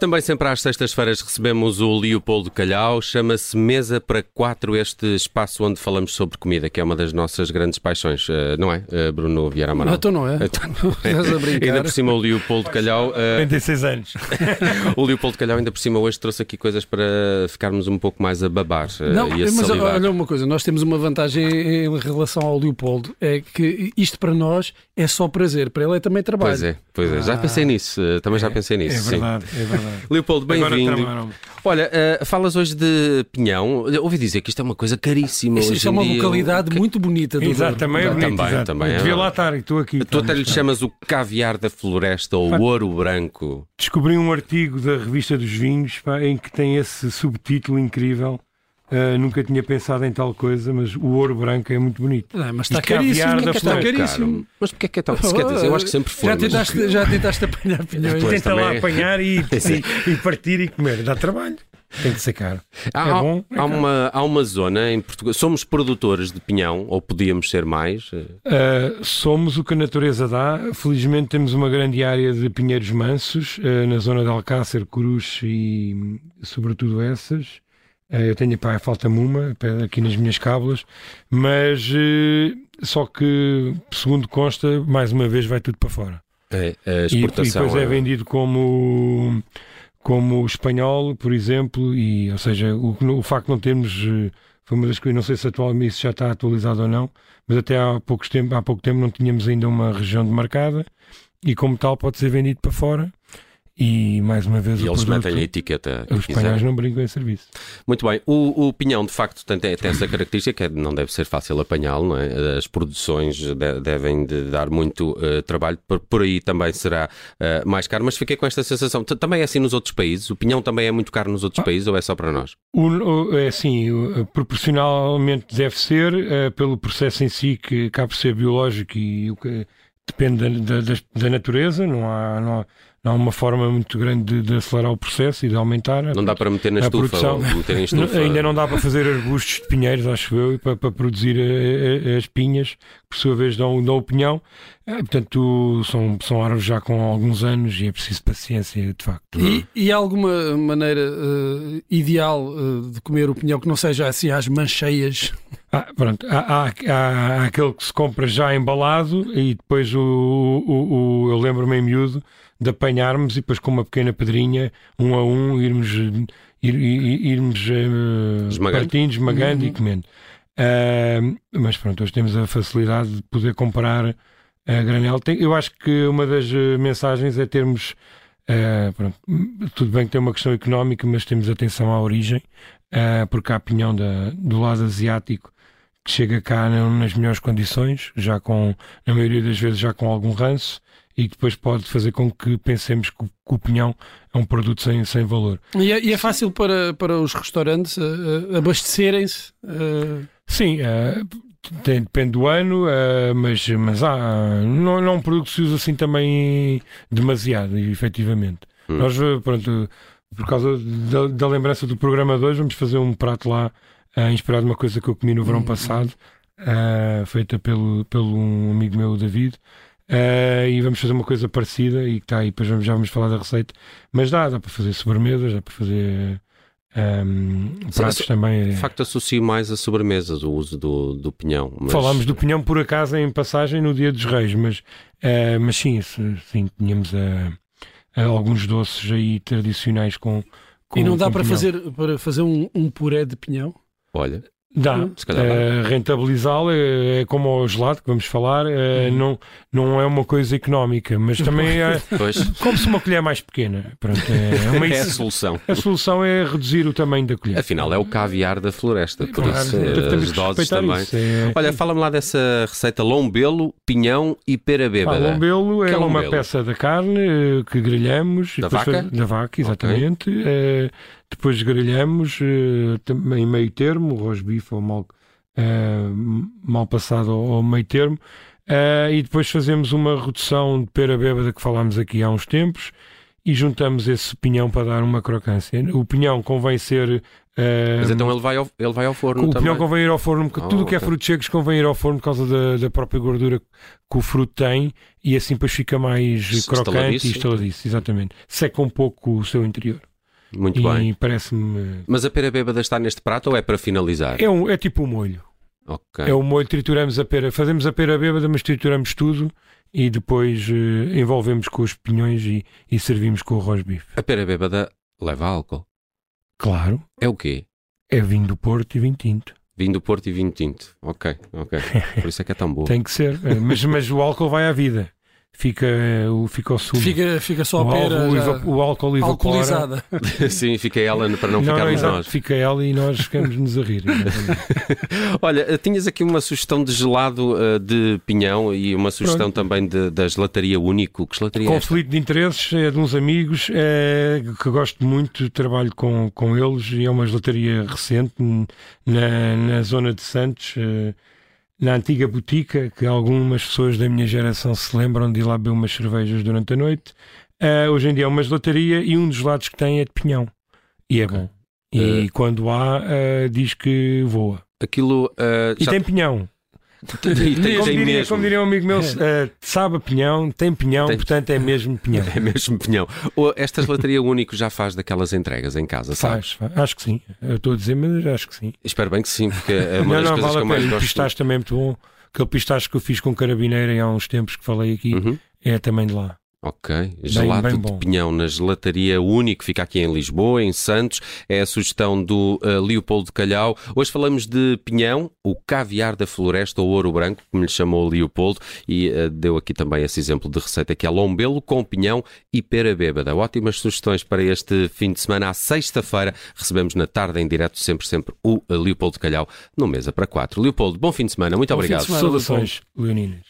Também sempre às sextas-feiras recebemos o Leopoldo Calhau, chama-se Mesa para Quatro, este espaço onde falamos sobre comida, que é uma das nossas grandes paixões, eh, não é, eh, Bruno Vieira Amaral? Então não é? Então, Estás a brincar. ainda por cima o Leopoldo Calhau, eh, 46 anos. o Leopoldo Calhau ainda por cima hoje trouxe aqui coisas para ficarmos um pouco mais a babar eh, Não, e a mas salivar. olha uma coisa, nós temos uma vantagem em relação ao Leopoldo, é que isto para nós é só prazer, para ele é também trabalho. Pois é, pois é, já Ah. pensei nisso, eh, também já pensei É nisso, sim. verdade, é verdade. Leopoldo, Agora bem-vindo. tramaram-me. Olha, eh, falas hoje de pinhão. Olha, Ouvi dizer que isto é uma coisa caríssima. Isto, hoje isto é em uma dia. localidade muito bonita do Douro. Exato, também é bonito. Também, exato. também é Devia verdade. lá estar e estou aqui. Tu até Então, lhe chamas o caviar da floresta ou o Pá. ouro branco. Descobri um artigo da revista dos vinhos pá, em que tem esse subtítulo incrível. Ah, nunca tinha pensado em tal coisa, mas o ouro branco é muito bonito. Não, mas E está caviar caríssimo, da está flor. caríssimo. Caro. Mas porquê é que é tão. Se quer dizer, eu acho que sempre foi. Já mas- tentaste, já tentaste apanhar pinhões. Pois, Tenta lá também- é. apanhar e, e- e partir e comer. Dá trabalho. Tem de sacar. Há, É há- bom, é há caro. uma, há uma zona em Portugal. Somos produtores de pinhão, ou podíamos ser mais. eh, Uh, somos o que a natureza dá. Felizmente temos uma grande área de pinheiros mansos, uh, na zona de Alcácer, Coruche e hum, sobretudo essas. Uh, eu tenho, pá, falta uma pá, aqui nas minhas cábulas, mas uh, só que, segundo consta, mais uma vez vai tudo para fora. eh, A, E- exportação. E, depois é eh, vendido como como espanhol, por exemplo, e ou seja, o, que não- o facto de não termos eh, foi uma das coisas, não sei se atualmente isso já está atualizado ou não, mas até há, poucos tempo, há pouco tempo não tínhamos ainda uma região demarcada e como tal pode ser vendido para fora e mais uma vez e o eles produto, metem a etiqueta. é os que quiserem. espanhóis não brincam em serviço. Muito bem, o, o pinhão de facto tem, tem essa característica que é de- não deve ser fácil apanhá-lo, não é? As produções de- devem de dar muito eh, trabalho, por, por aí também será eh, mais caro, mas fiquei com esta sensação. T- Também é assim nos outros países? O pinhão também é muito caro nos Ah. outros países ou é só para nós? O- o- é assim, o- proporcionalmente deve ser, eh, pelo processo em si que cabe ser biológico e o que- depende da, da- das- da natureza, não há, não, há, não há uma forma muito grande de, de acelerar o processo e de aumentar. a- Não dá para meter na A estufa produção- ou meter em estufa. Não- ainda não dá para fazer arbustos de pinheiros, acho eu, e para, para produzir eh, eh, as pinhas, que por sua vez dão, dão o pinhão. Eh, Portanto, são, são árvores já com alguns anos e é preciso paciência, de facto. E, e há alguma maneira eh, ideal eh, de comer o pinhão que não seja assim às mancheias? Ah, pronto, há, há- há- há aquele que se compra já embalado e depois o, o- o- eu lembro-me em miúdo de apanharmos e depois com uma pequena pedrinha, um a um, irmos, eh, ir- ir- irmos eh, Esmagando. partindo, esmagando e Uhum. comendo. Ah, mas pronto, hoje temos a facilidade de poder comprar a granel. Tem- eu acho que uma das eh, mensagens é termos. eh, pronto, tudo bem que tem uma questão económica, mas temos atenção à origem, eh, porque há pinhão da, do lado asiático que chega cá na- nas melhores condições, já com, na maioria das vezes, já com algum ranço, e que depois pode fazer com que pensemos que, o- que o pinhão é um produto sem, sem valor. E é, e é fácil para, para os restaurantes eh, eh, abastecerem-se? eh, Sim, eh, tem- depende do ano, eh, mas, mas há, não, não é um produto que se usa assim também demasiado, efetivamente. Hum. Nós, eh, pronto, por causa da, da lembrança do programa 2, vamos fazer um prato lá eh, inspirado numa coisa que eu comi no verão Hum. passado, eh, feita pelo, pelo um amigo meu, o David. eh, e vamos fazer uma coisa parecida e que está aí, depois vamos- já vamos falar da receita. Mas dá, dá para fazer sobremesas, dá para fazer eh, um, Só- pratos só- também. De eh, facto, associo mais a sobremesas o uso do, do pinhão. mas- Falámos do pinhão por acaso em passagem no Dia dos Reis, mas, eh, mas sim, se- sim, tínhamos eh, eh, alguns doces aí tradicionais com. com e não dá com para pinhão. fazer, para fazer um, um puré de pinhão? Olha, Dá. se calhar dá. Eh, Rentabilizá-lo eh, é como o gelado que vamos falar, eh, Uhum. não, não é uma coisa económica, mas também é Pois, como se uma colher mais pequena. Pronto, é uma- é a solução. a solução é reduzir o tamanho da colher. Afinal, é o caviar da floresta, por Claro, isso temos eh, que as doses respeitar também. isso, é- Olha, fala-me lá dessa receita: lombelo, pinhão e pera Pá, bêbada. lombelo é, Que é uma lombelo? peça da carne eh, que grelhamos. e Da depois vaca? faz- Da vaca, exatamente. Eh, depois grelhamos eh, também em meio termo, rosbife ou mal, eh, mal passado ou, ou meio termo. Eh, e depois fazemos uma redução de pera bêbada que falámos aqui há uns tempos. e juntamos esse pinhão para dar uma crocância. O pinhão convém ser. eh, Mas então ele vai ao, ele vai ao forno o também. pinhão convém ir ao forno, porque Ah, tudo o que é ok. frutos secos convém ir ao forno por causa da, da própria gordura que o fruto tem e assim depois fica mais S- crocante estaladiço. e estaladiço, exatamente. Seca um pouco o seu interior. Muito e bem. parece-me. Mas a pera bêbada está neste prato ou é para finalizar? É, um, é tipo um molho. Ok. É o molho, trituramos a pera, fazemos a pera bêbada, mas trituramos tudo e depois eh, envolvemos com os pinhões e, e servimos com o rosbife. A pera bêbada leva álcool. Claro, É o quê? é vinho do Porto e vinho tinto. Vinho do Porto e vinho tinto. Ok, ok. Por isso é que é tão boa. Tem que ser, eh, mas, mas o álcool vai à vida. Fica, eh, o, fica o sumo. Fica, fica só Um o, a pera álcool, já eva- o álcool evapora. alcoolizada. Sim, fica ela para não, Não, não, ficarmos exato, nós. Fica ela e nós ficamos-nos a rir. exatamente. Olha, tinhas aqui uma sugestão de gelado eh, de pinhão e uma sugestão também de- da gelataria único. Que gelataria é esta? Conflito de interesses é de uns amigos eh, que gosto muito, trabalho com, com eles e é uma gelataria recente n- na, na zona de Santos, eh, na antiga botica, que algumas pessoas da minha geração se lembram de ir lá beber umas cervejas durante a noite. Eh, hoje em dia é uma gelataria e um dos lados que tem é de pinhão. E é bom. E Eh, quando há, eh, diz que voa. Aquilo eh, E já tem pinhão. tem, tem, tem como, diria, mesmo. como diria um amigo meu, eh, sabe a pinhão, tem pinhão, Tem. portanto é mesmo pinhão. É mesmo pinhão. Ou Esta gelataria único já faz daquelas entregas em casa, sabes? Faz, faz. Acho que sim. Eu estou a dizer, mas acho que sim. Espero bem que sim, porque é uma não, das não, coisas vale que a eu mais pena. O gosto. pistache também é muito bom. Aquele pistache que eu fiz com carabineira há uns tempos que falei aqui Uhum. é também de lá. Ok, gelado bem de bom. pinhão na gelataria único, fica aqui em Lisboa, em Santos, é a sugestão do eh, Leopoldo Calhau. Hoje falamos de pinhão, o caviar da floresta ou ouro branco, como lhe chamou o Leopoldo, e eh, deu aqui também esse exemplo de receita que é lombelo com pinhão e pera bêbada. Ótimas sugestões para este fim de semana. À sexta-feira recebemos na tarde em direto sempre, sempre o eh, Leopoldo Calhau no Mesa para Quatro. Leopoldo, bom fim de semana, muito Bom fim de obrigado. semana. Claro, Saudações, Leoninas.